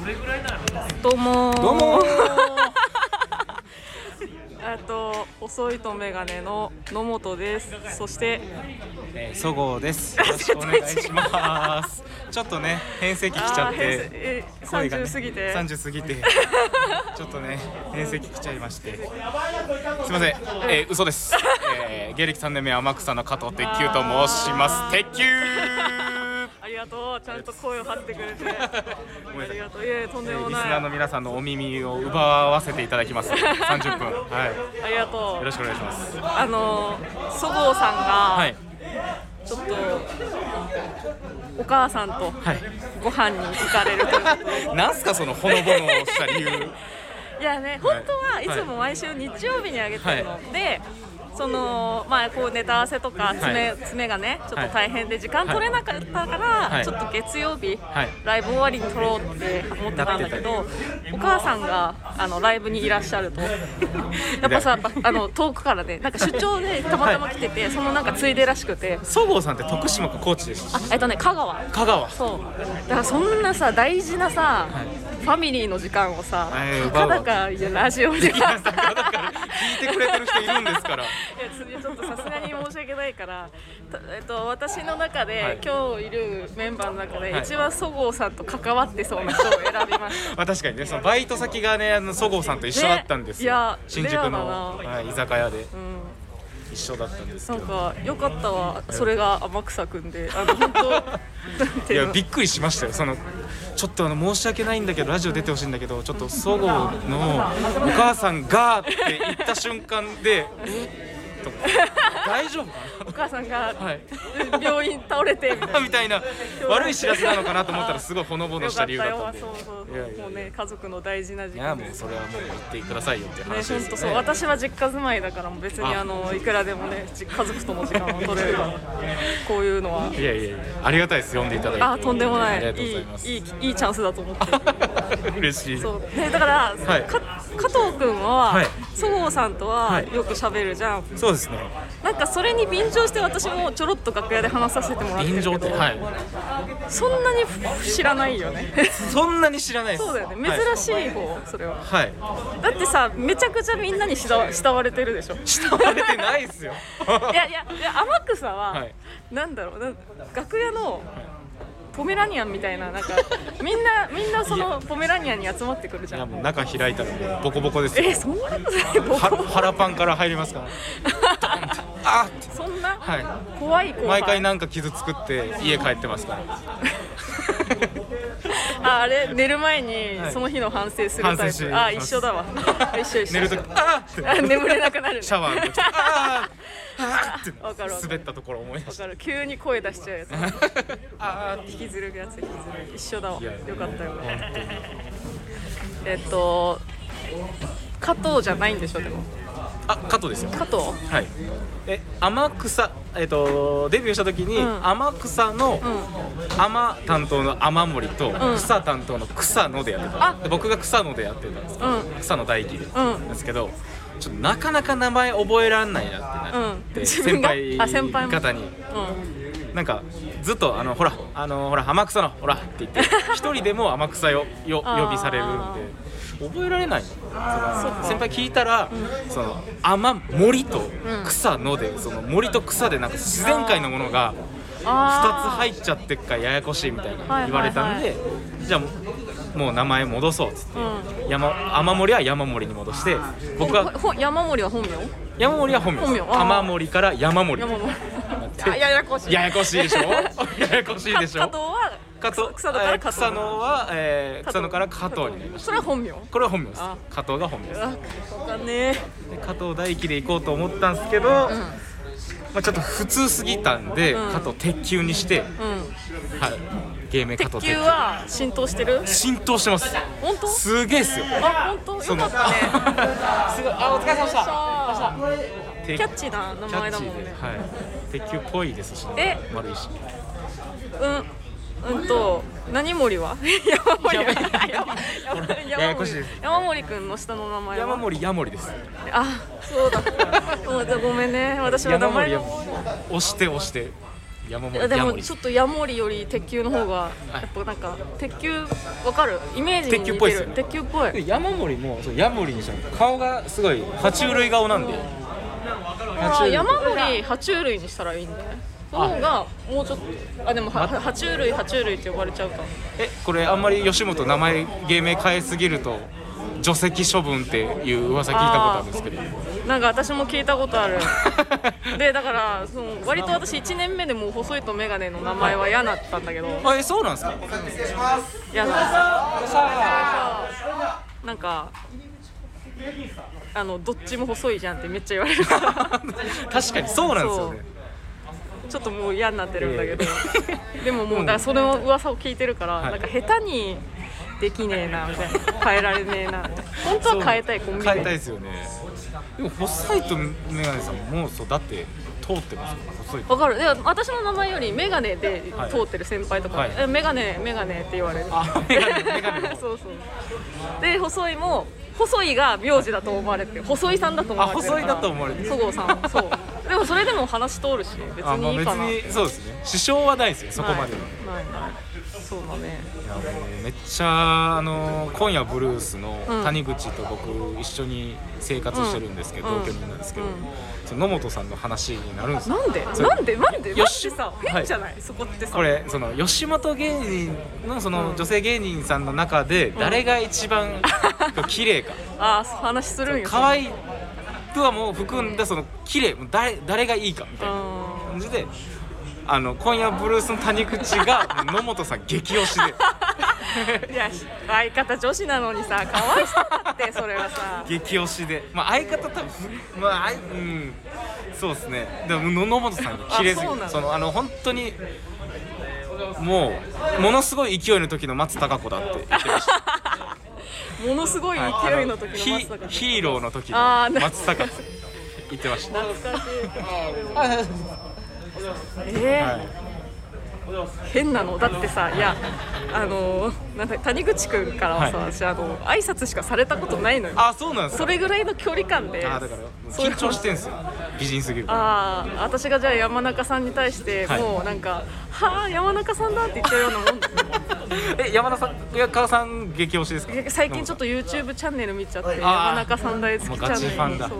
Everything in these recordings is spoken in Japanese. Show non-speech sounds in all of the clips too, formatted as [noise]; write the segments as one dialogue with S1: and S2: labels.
S1: どれぐらいなの
S2: どうもー
S3: どうも
S2: えっと細いとメガネの野本ですそして
S3: えー、そごうです。よろしくお願いします。ちょっとね、変声機来ちゃっ
S2: ー変
S3: て。
S2: え
S3: 声がね
S2: 30過ぎて
S3: 三十過ぎて。ちょっとね、変声機来ちゃいまして。すみません、えー、嘘です。えー、芸歴三年目天草の加藤鉄球と申します。鉄球。
S2: ありがとうちゃんと声を張ってくれて
S3: ごめん
S2: あ
S3: なさ
S2: り
S3: い
S2: がとういえとん
S3: え
S2: で
S3: ー
S2: も
S3: リスナ
S2: な
S3: ー
S2: い、
S3: の皆さんのお耳を奪わせていただきます。三十分。はい。
S2: ありがと
S3: よ
S2: う
S3: ろしくお願いします。
S2: あのーそごうさん
S3: は
S2: が
S3: い。
S2: ちょっと、お母さんと
S3: はい。
S2: ご飯に行かれるという
S3: なんすかそのほのぼのした理由。
S2: いやね、本当はいつも毎週日曜日にあげてるの、
S3: は
S2: で、そのまあこうネタ合わせとか爪、
S3: はい
S2: 爪がね、ちょっと大変で時間取れなかったから、
S3: はい
S2: ちょっと月曜日、
S3: はい
S2: ライブ終わりに撮ろうって思ってたんだけど、お母さんがあのライブにいらっしゃる
S3: [laughs]
S2: と、やっぱさやっぱあの遠くからね、なんか出張でたまたま来てて、そのなんかついでらしくて、
S3: そごうさんって徳島か高知です。
S2: あえっとね香川。
S3: 香川。
S2: そうだからそんなさ大事なさ、ファミリーの時間をさ、
S3: はい
S2: たかだかいやラジオで
S3: いや
S2: さ
S3: だから聞いてくれてる人いるんですから。
S2: [laughs] いや次ちょっとさすがに申し訳ないから、たえっと、私の中で、
S3: はい
S2: 今日いるメンバーの中で、
S3: はい
S2: 一番そごうさんと関わってそうな人を選びま
S3: [laughs]
S2: し
S3: まあ確かにね、そのバイト先がね、あのそごうさんと一緒だったんですよ。
S2: ねいや
S3: 新宿
S2: レアだな
S3: の、はい、居酒屋で
S2: た、うん、
S3: 一緒だったんです
S2: な
S3: け
S2: ん
S3: ど。
S2: か良かったわそれが天草くんであの本
S3: [laughs]
S2: 当なん
S3: い
S2: ていう
S3: や
S2: の
S3: びっくりしましたよ。そのちょっとあの申し訳ないんだけどラジオ出てほしいんだけど、ちょっとそごうのお母さんがって言った瞬間で、 [laughs] えっと大丈夫
S2: お母さんが、
S3: かな。はい。 [laughs]
S2: 病院倒れてみたいな
S3: みたいな悪い知らせなのかなと思ったらすごいほの [laughs] ぼの
S2: よ
S3: し
S2: か
S3: た
S2: った
S3: 理由だったん
S2: よ
S3: で。
S2: そうそう
S3: いやいやいや
S2: もうね家族の大事な時
S3: い
S2: 間
S3: やもうそれはもう言ってくださいよっていう
S2: ね、
S3: 話で
S2: 本
S3: す
S2: 当
S3: よ
S2: そう、
S3: ね。
S2: 私は実家住まいだから、別に
S3: あ
S2: あのいくらでもね、じ家族との時間を取れ
S3: [laughs]
S2: るから、こういうのは、
S3: いやいやいやありがたいです読んでいただいて。
S2: あとんでもな
S3: あり
S2: い、
S3: がとう
S2: い
S3: ご
S2: い
S3: ざいます。
S2: いいいいチャンスだと思って、
S3: 嬉しい。
S2: そうね、だから、
S3: はい
S2: か加藤君は
S3: はい、
S2: そごうさんとは
S3: はい
S2: よく喋るじゃん、
S3: そうですね。
S2: なんかそれに便乗して、私もちょろっと楽屋で話させてもらってる
S3: 便
S2: けど、
S3: 乗ってはい。
S2: そんなに知らないよ
S3: [laughs]
S2: ね、
S3: そんなに知らないです。
S2: そうだよね、
S3: はい
S2: 珍しい方、それは。
S3: はい。
S2: だってさ、めちゃくちゃみんなに慕慕われてるでしょ。
S3: 慕われてないですよ。
S2: いやいやいや天草は、
S3: はい
S2: なんだろうな楽屋のポメラニアンみたいななんかみんなみんなそのポメラニアンに集まってくるじ
S3: い
S2: ゃ
S3: や
S2: ん。
S3: もう中開いたらもうボコボコですよ。
S2: えそんなことない僕
S3: は腹パンから入りますから。あって。
S2: そんな、
S3: は
S2: 怖い後輩
S3: 毎回なんか傷つくって家帰ってますから。
S2: ああれ寝る前にその日の反省するタイプ、
S3: 反省し
S2: あ一緒だわ一緒一緒
S3: 寝るときあーっ
S2: あ
S3: て。
S2: 眠れなくなるね
S3: シャワーの時あーあーっ
S2: [laughs]
S3: て
S2: わかるわかる
S3: 滑ったところ思い出
S2: わ
S3: し
S2: かる急に声出しちゃうやつ
S3: た。あ [laughs]
S2: 引きずるやつ引きずる一緒だわ
S3: いや
S2: よかったよえっと加藤じゃないんでしょでも
S3: ーあ加藤ですよ。
S2: 加藤
S3: はい。え天草えっ、とデビューした時に、
S2: うん
S3: 天草の、天担当の天森と、
S2: ん
S3: 草担当の草野でやってたんですで僕が草野でやってたんですけど、
S2: うん
S3: 草野大輝で、
S2: ん
S3: ですけどちょっとなかなか名前覚えられないなってな [laughs] って、
S2: うん
S3: 先輩
S2: あ先輩も
S3: 方に
S2: うん
S3: なんかずっとあのほらあのほら天草のほらって言って
S2: [laughs]
S3: 一人でも天草よよ
S2: あー
S3: 呼びされるんで覚えられないの
S2: そっか
S3: 先輩聞いたら、その天森と草ので、その森と草でなんか自然界のものが2つ
S2: あー
S3: 入っちゃってっからややこしいみたい
S2: はい
S3: な
S2: はい
S3: 言われたんで、じゃあもう名前戻そうっつって、山天森は山森に戻して僕は
S2: ほほ山森は本名
S3: 山森は本名です
S2: 本名あー
S3: 天森から山森
S2: 山森
S3: [laughs] って
S2: あややこしい
S3: ややこし
S2: [laughs]
S3: いでしょややこしいでしょ
S2: か加藤は
S3: 加藤
S2: 草野から加藤
S3: えー草野は、え
S2: 加
S3: ー
S2: 藤
S3: 草野から加藤になりました
S2: それは本名
S3: これは本名です
S2: あ
S3: 加藤が本名です
S2: あわかんね
S3: で加藤大輝で行こうと思ったんですけど、まあ、ちょっと普通すぎたんで、
S2: ん
S3: 加藤鉄球にし
S2: え
S3: て、
S2: うん
S3: はい芸名加藤
S2: 鉄
S3: 鉄
S2: 球
S3: 球
S2: は浸透してる
S3: 浸透してます
S2: 本当
S3: すげえっすよ
S2: あ本当よか
S3: [laughs]
S2: ったね
S3: すごいあお疲れ様でした [laughs]
S2: さあ
S3: キ
S2: キャッチーな名
S3: キャ
S2: 前
S3: ッ
S2: だ
S3: チ
S2: もん
S3: ーで、
S2: ね
S3: はい、鉄球っぽいですし、
S2: え
S3: 丸いし
S2: うんうんと何森は [laughs] 山森は
S3: やばい
S2: 山
S3: これ
S2: 森
S3: ややこしいです
S2: 山森くんの下の名前は
S3: 山森ヤモリです [laughs]
S2: あそうだそうだごめんね私は名
S3: 山
S2: 前
S3: 森
S2: が
S3: ヤモリ押して押して山
S2: いや
S3: 盛
S2: で
S3: りヤ
S2: も
S3: モリ
S2: ちょっとヤモリより鉄球の方が
S3: い
S2: やっぱなんか鉄球わかるイメージに似て
S3: 鉄
S2: る
S3: 球っぽいっすよね
S2: 鉄球っぽい
S3: で山盛りもそうヤモリにしたの顔がすごい爬虫類顔なんで爬
S2: あ
S3: 虫
S2: ー
S3: 類
S2: 山盛り爬虫類にしたらいいんだよその方がもうちょっとあでもはは爬虫類爬虫類って呼ばれちゃうか
S3: えこれあんまり吉本名前芸名変えすぎると除籍処分っていう噂聞いたことあるんですけど
S2: なんか私も聞いたこと
S3: [laughs]
S2: あるでだからその割と私1年目でもう細いと眼鏡の名前は嫌だったんだけど
S3: あえそうなんですか
S2: 嫌だなんかあのどっちも細いじゃんってめっちゃ言われ
S3: [laughs]
S2: るから
S3: 確かにそうなんですよね
S2: ちょっともう嫌になってるんだけど
S3: いやい
S2: [laughs] でももうだからそれの噂を聞いてるから、
S3: はい
S2: なんか下手にできねえなみたいな変えられねえな
S3: [laughs]
S2: みたいな本当は変えたいコンビ
S3: 変えたい
S2: ニ
S3: ですよねでも細いとメガネさんもうそうだって通ってますもん細いと
S2: わかるでも私の名前より眼鏡で通ってる先輩とか、
S3: はい
S2: え眼鏡眼鏡って言われる
S3: あメガネメガネの方
S2: [laughs] そうそうで細いも細いが名字だと思われてる細いさんだと思われてるから
S3: あ細いだと思われてる
S2: そごうさんそう
S3: [laughs]
S2: でもそれでも話通るし別
S3: あま
S2: に
S3: あ
S2: いい
S3: 別
S2: かな
S3: にそうですね支障はないですよそこまでは、
S2: ないないないそうだね
S3: いやもうめっちゃあの今夜ブルースの
S2: うん
S3: 谷口と僕一緒に生活してるんですけど、
S2: うん
S3: 同居人なんですけど、
S2: うん
S3: その野本さんの話になるんですよ
S2: なんで
S3: それ
S2: なんでなんで
S3: よ
S2: マ
S3: し
S2: ジでさ
S3: はい
S2: 変じゃない、そこってさ
S3: これその吉本芸人のその女性芸人さんの中で誰が一番綺麗か
S2: ああ話するんよ
S3: 可愛いとはもう含んだその綺麗もう誰誰がいいかみたいな
S2: あ
S3: 感じであの今夜ブルースの谷口
S2: [laughs]
S3: が野本さん激推しで
S2: ーいや相方女子なのにさかわいそうだってそれはさ
S3: 激推しでまあ相方多分まああいうんそうですねでも野本さんに綺麗す
S2: あ
S3: ぎ
S2: そう
S3: る
S2: なの
S3: そのあの本当にもうものすごい勢いの時の松たか子だって言ってました
S2: ものすごい [laughs] 勢いの時の松
S3: ヒ
S2: 坂さん
S3: ヒーローの時
S2: あー
S3: の
S2: な
S3: 松坂さん言ってました
S2: 懐かしいえー
S3: はい
S2: 変なのだってさいやあのなんだ谷口くんからはさ、
S3: はい
S2: 私あの挨拶しかされたことないのよ
S3: あそうなんです
S2: そ
S3: か
S2: れぐらいの距離感で
S3: あ
S2: あ
S3: ーだから緊張してんすよ美人すぎるから
S2: ああ私がじゃあ山中さんに対して、
S3: はい
S2: もうなんか「はあ山中さんだ」って言っちゃうようなもんだよ
S3: え山田さんいや川さん激推しですか
S2: 最近ちょっと YouTube チャンネル見ちゃって
S3: あ
S2: 山中さん大好きチ
S3: もうガチフ
S2: ャン
S3: ァ
S2: ネル
S3: ンだ
S2: そう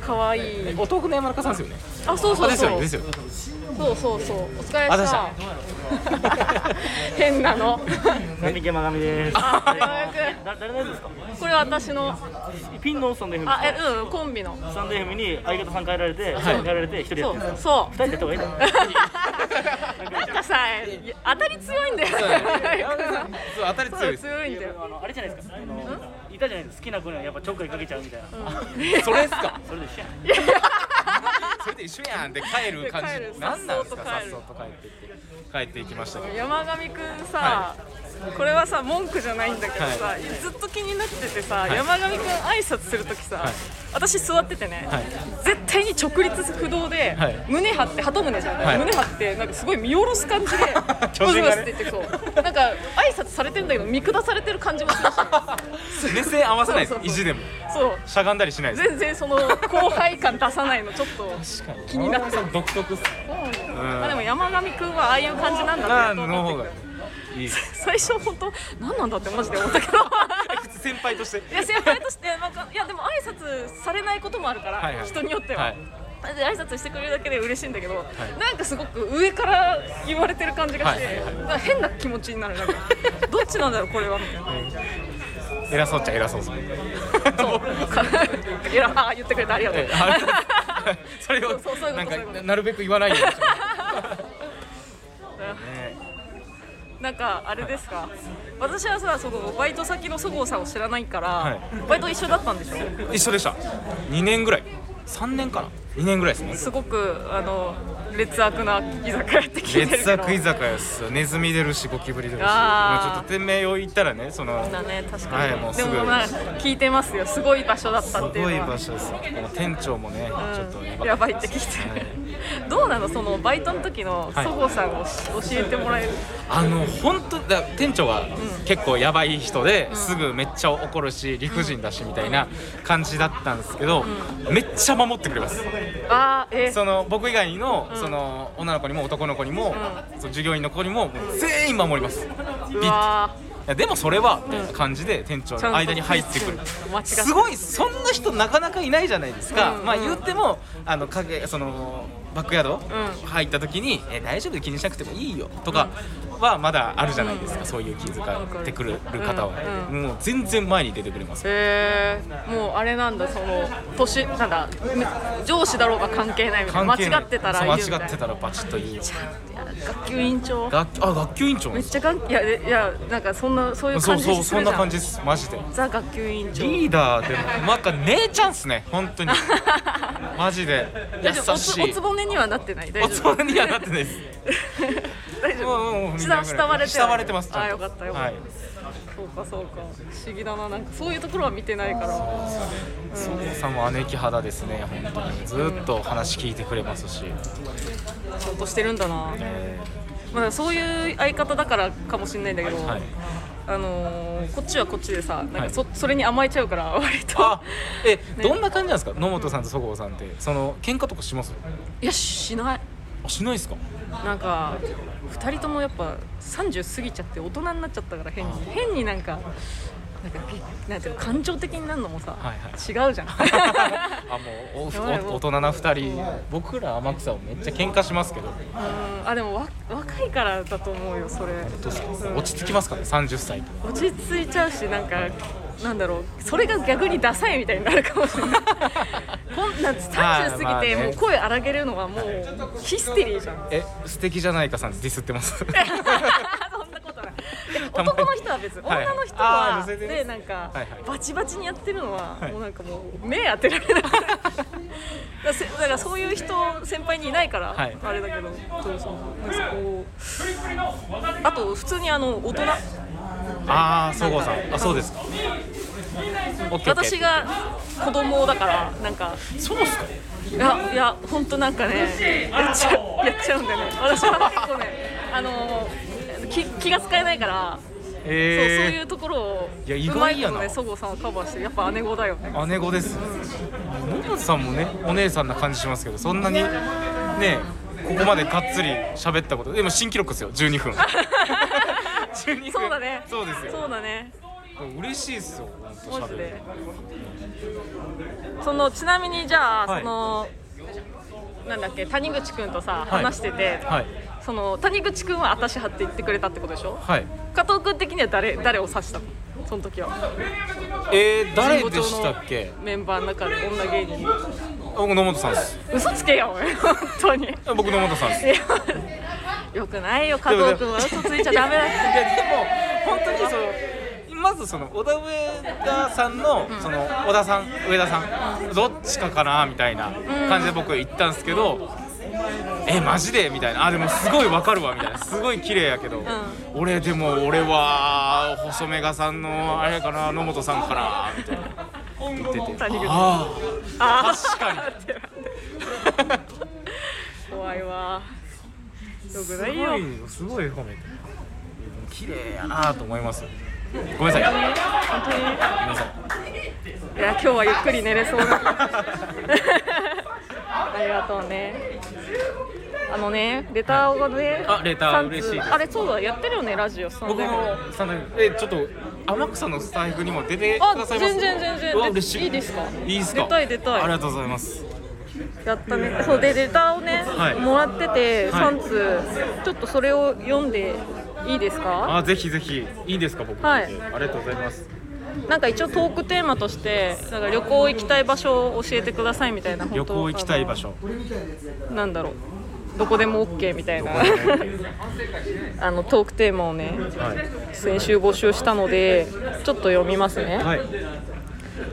S2: 可愛い
S3: お豆腐の山中さんですよね
S2: あそうそうそう
S3: あですよねですよね
S2: そうそうそうお疲れ
S3: あ
S2: 様
S3: ど
S2: で
S3: う
S2: し
S3: した
S2: [laughs] 変なの [laughs]
S1: ガミケマガミです。
S2: あ
S1: だ誰のやつですか？
S2: これ私の
S1: ピンのスタンド FM です
S2: あ
S1: か。
S2: えうんコンビの
S1: スタンド FM に相方さん変えられて、
S3: はい
S1: 変えられて一人や
S2: そ
S1: ってるんです
S2: う
S1: か？
S2: そう
S1: 二
S3: [laughs]
S1: 人でやった方がいいんだよ。
S2: なんかさ当たり強いんだよ
S3: 山田さんそう当たり強いです
S2: 強いんだよ
S1: あのあれじゃないですか？あのいたじゃないですか。好きな子にはやっぱちょっかいかけちゃうみたいな。
S3: それですか
S1: それで一緒やん。
S3: それで一緒やんって帰る感
S2: 帰る
S3: じなんなんですか
S2: さ
S3: さ
S2: っ
S3: っ
S2: そ
S3: そううと帰っていって帰っていきましたけど
S2: 山上くんさ、
S3: は
S2: これはさ文句じゃないんだけどさ、ずっと気になっててさ、
S3: い
S2: 山上くん挨拶するときさ、
S3: はい
S2: 私座っててね、
S3: はい
S2: 絶対に直立不動で、
S3: はい
S2: 胸張って鳩胸じゃない、
S3: はい
S2: 胸張ってなんかすごい見下ろす
S3: [laughs]
S2: 感じで
S3: 巨人
S2: ブスブ
S3: がね
S2: スって言ってそうなんか挨拶されてんだけど見下されてる感じもするし
S3: [laughs] 目線合わせないです
S2: そうそうそう
S3: 意地でも
S2: そう
S3: しゃがんだりしないです
S2: 全然その後輩感出さないのちょっと気になって
S3: 山田さん独 [laughs] 特っす
S2: まあでも山上くんはああいう感じなんだ
S3: な
S2: ってやっと
S3: の
S2: 思
S3: 方
S2: って
S3: がいいです
S2: 最初本当何なんだってマジで思ったけど
S3: [laughs] [laughs] 先輩として
S2: いや先輩としてなんかいやでも挨拶されないこともあるから、
S3: はいはい
S2: 人によっては。
S3: はい
S2: で挨拶してくれるだけで嬉しいんだけど、なんかすごく上から言われてる感じがして、
S3: はいはいはい
S2: なんか変な気持ちになるなんかどっちなんだろうこれはみたいな [laughs]
S3: 偉そうっちゃ偉そうですね
S2: いやあ言ってくれてありがとう、
S3: えあれそれを
S2: そうそうそういうこと
S3: なん
S2: そういうこ
S3: か
S2: と
S3: なるべく言わないようにしますね
S2: なんかあれですか、私はさそのバイト先のそごうさんを知らないから、
S3: はい
S2: バイト一緒だったんでしょ [laughs]
S3: 一緒でした2年ぐらい3年かな2年ぐらいですね
S2: すごくあの劣悪な居酒屋って聞いてるけど
S3: 劣悪居酒屋ですネズミ出るしゴキブリ出るし
S2: あー
S3: まあちょっと店名を言ったらねその
S2: だね確かに、
S3: はいもう
S2: です
S3: ぐ
S2: もまあ聞いてますよすごい場所だったって
S3: す
S2: いう
S3: ごい
S2: のは
S3: 場所ですこの店長もねちょっと
S2: うん
S3: やば
S2: や
S3: か
S2: ば
S3: っ
S2: い
S3: た
S2: って
S3: です
S2: 聞いてる、どうなのそのバイトの時の
S3: はい
S2: そごうさんを教えてもらえる、
S3: あの本当だ店長は結構やばい人ですぐめっちゃ怒るし理不尽だしみたいな感じだったんですけどめっちゃ守ってくれます
S2: あーえ
S3: その僕以外のその女の子にも男の子にもその従業員の子にももう全員守ります
S2: うわ
S3: いやでもそれはみたいな感じで店長の間に入ってくる
S2: ちゃんと食いつく間違って
S3: すごいそんな人なかなかいないじゃないですか、
S2: うん
S3: まあ言ってもあの影そのバックヤード
S2: ん
S3: 入った時に「え大丈夫で気にしなくてもいいよ」とかはまだあるじゃないですか、そういう気遣ってくる方は、
S2: う
S3: もう全然前に出てくれます
S2: ーえー、もうあれなんだその年なんだめ上司だろうが関係ないみたいな
S3: 関
S2: 間
S3: 係ない
S2: 違ってたら
S3: そう
S2: 言うみたいな
S3: 間違ってたらバチッと言うよ
S2: いや学級委員長
S3: 学級あ学級委員長なん
S2: め
S3: で
S2: っ
S3: す
S2: ちゃ関いやいやなんかそんなそういう
S3: そ
S2: 感
S3: う
S2: じ
S3: そうそんな感
S2: じ
S3: じですマジで
S2: ザ学級委員長
S3: リーダーでもなんか姉ちゃんっすね本
S2: [laughs]
S3: 当にマジで優
S2: 大丈夫おつ
S3: しい
S2: おつぼねにはなってない大
S3: お
S2: 丈
S3: つ
S2: 夫
S3: まみにはなってないです。
S2: [laughs] 大丈
S3: もうもうもう
S2: 夫
S3: みん
S2: 下
S3: な
S2: 慕われては
S3: 慕われてます。ちゃんと
S2: あよかったよかった、
S3: はい
S2: そうかそうか不思議だななんかそういうところは見てないから
S3: そこさんも姉貴肌ですね。本当にずっと話聞いてくれますし。
S2: ちゃんとしてるんだな、
S3: え
S2: まあ、そういう相方だからかもしれないんだけど、
S3: ーはい。
S2: あのーこっちはこっちでさなん
S3: は
S2: か
S3: い
S2: そ,、それに甘えちゃうから [laughs] 割と
S3: あ、え、どんな感じなんですか。野本さんとそごうさんってその喧嘩とかします？
S2: いやしない
S3: あ、しないですか。
S2: なんか2人ともやっぱ30過ぎちゃって大人になっちゃったから変に変になんかなんかぎなんていうの感情的になるのもさ、
S3: はいは
S2: 違
S3: い
S2: うじゃん [laughs]
S3: あ、もうお
S2: やばい
S3: お大人な二人。僕ら天草もめっちゃ喧嘩しますけど。
S2: うんあでもわ若いからだと思うよそれ
S3: どうですか。落ち着きますかね。三十歳とか。
S2: 落ち着いちゃうしなんかなんだろうそれが逆にダサいみたいになるかもしれないこんな30
S3: まあま
S2: 過
S3: あ
S2: ぎて
S3: ね
S2: もう声荒げるのはもうヒステリーじゃん
S3: え、素敵じゃないかさんディスって [laughs] ます。
S2: そんなことないいや
S3: たまに
S2: 男の人は別に
S3: はい
S2: 女の人
S3: あ
S2: は
S3: ー女性でね
S2: でなんか
S3: はいはい
S2: バチバチにやってるのは
S3: はい
S2: もうなんかもう目当てられない [laughs] だからせだからそういう人先輩にいないから
S3: はい
S2: あれだけどそうそうなんかそこうあと普通にあの大人
S3: ああ、そごうさん。あ、そうですか。オッケーオッケー
S2: 私が子供だからなんか
S3: そうっすか。
S2: いやいや本当なんかねやっちゃうやっちゃうんだよね私は結構ねあの気気が使えないから、そうそうい
S3: え
S2: うところを
S3: いや意
S2: うま
S3: 外
S2: い
S3: や
S2: こ
S3: な
S2: とねそごうさんをカバーしてやっぱ姉子だよね
S3: 姉子です。野本さんもね、お姉さんな感じしますけど、そんなに。ね、ここまでがっつり喋ったこと、でも新記録ですよ、12分。12分
S2: そうだね
S3: そうですよ。
S2: そうだね
S3: 嬉しいですよ、ほんと
S2: マジ
S3: 喋る
S2: で。そのちなみにじゃあ、
S3: はい
S2: そのなんだっけ谷口くんとさ、
S3: はい
S2: 話してて、
S3: はい。
S2: その谷口くんは私派って言ってくれたってことでしょ
S3: はい。
S2: 加藤くん的には誰誰を指したのその時は
S3: えー、誰でしたっけ。
S2: メンバーの中で女芸人
S3: 僕野本さんです。
S2: 嘘つけよおい本当にい
S3: 僕野本さんです。
S2: やよくないよ加藤君は嘘ついちゃダメだ
S3: いやでも本当にそのまずその小田上田さんのその小田さん上田さんどっちかかなみたいな感じで僕言ったんですけど。えマジでみたいなあでもすごいわかるわみたいなすごい綺麗やけど、俺でも俺は細メガさんのあれかな野本さんかなみたいな言ってて
S2: 谷口
S3: あ
S2: あ
S3: 確かにー
S2: に怖いわよく
S3: す
S2: ないよ
S3: ごいすごい褒めて綺麗やなと思いますごめんなさいごめん
S2: 本当に
S3: なさい
S2: いや今日はゆっくり寝れそう
S3: [laughs]
S2: だありがとうねあのねレターをね、
S3: あレター
S2: 三通
S3: 嬉しいです
S2: あれそうだやってるよねラジオスタンド
S3: 僕
S2: FM
S3: のスタンド F えちょっと天草のスタイフにも出てくだ
S2: あ
S3: さいます
S2: 全然全
S3: うわ
S2: 然
S3: 嬉しい
S2: いいですか
S3: いいですか
S2: 出たい出たい
S3: ありがとうございます
S2: やったね。そうでレターをね、
S3: はい
S2: もらってて
S3: は
S2: 三
S3: い
S2: 通、ちょっとそれを読んでいいですか？
S3: あぜひぜひいいですか僕
S2: はい
S3: ありがとうございます
S2: なんか一応トークテーマとしてなんか旅行行きたい場所を教えてくださいみたいな
S3: 旅行行きたい場。所
S2: 本当あのなんだろう。どこでも OK みたいな [laughs] あのトークテーマをね
S3: はい
S2: 先週募集したのでちょっと読みますね、
S3: はい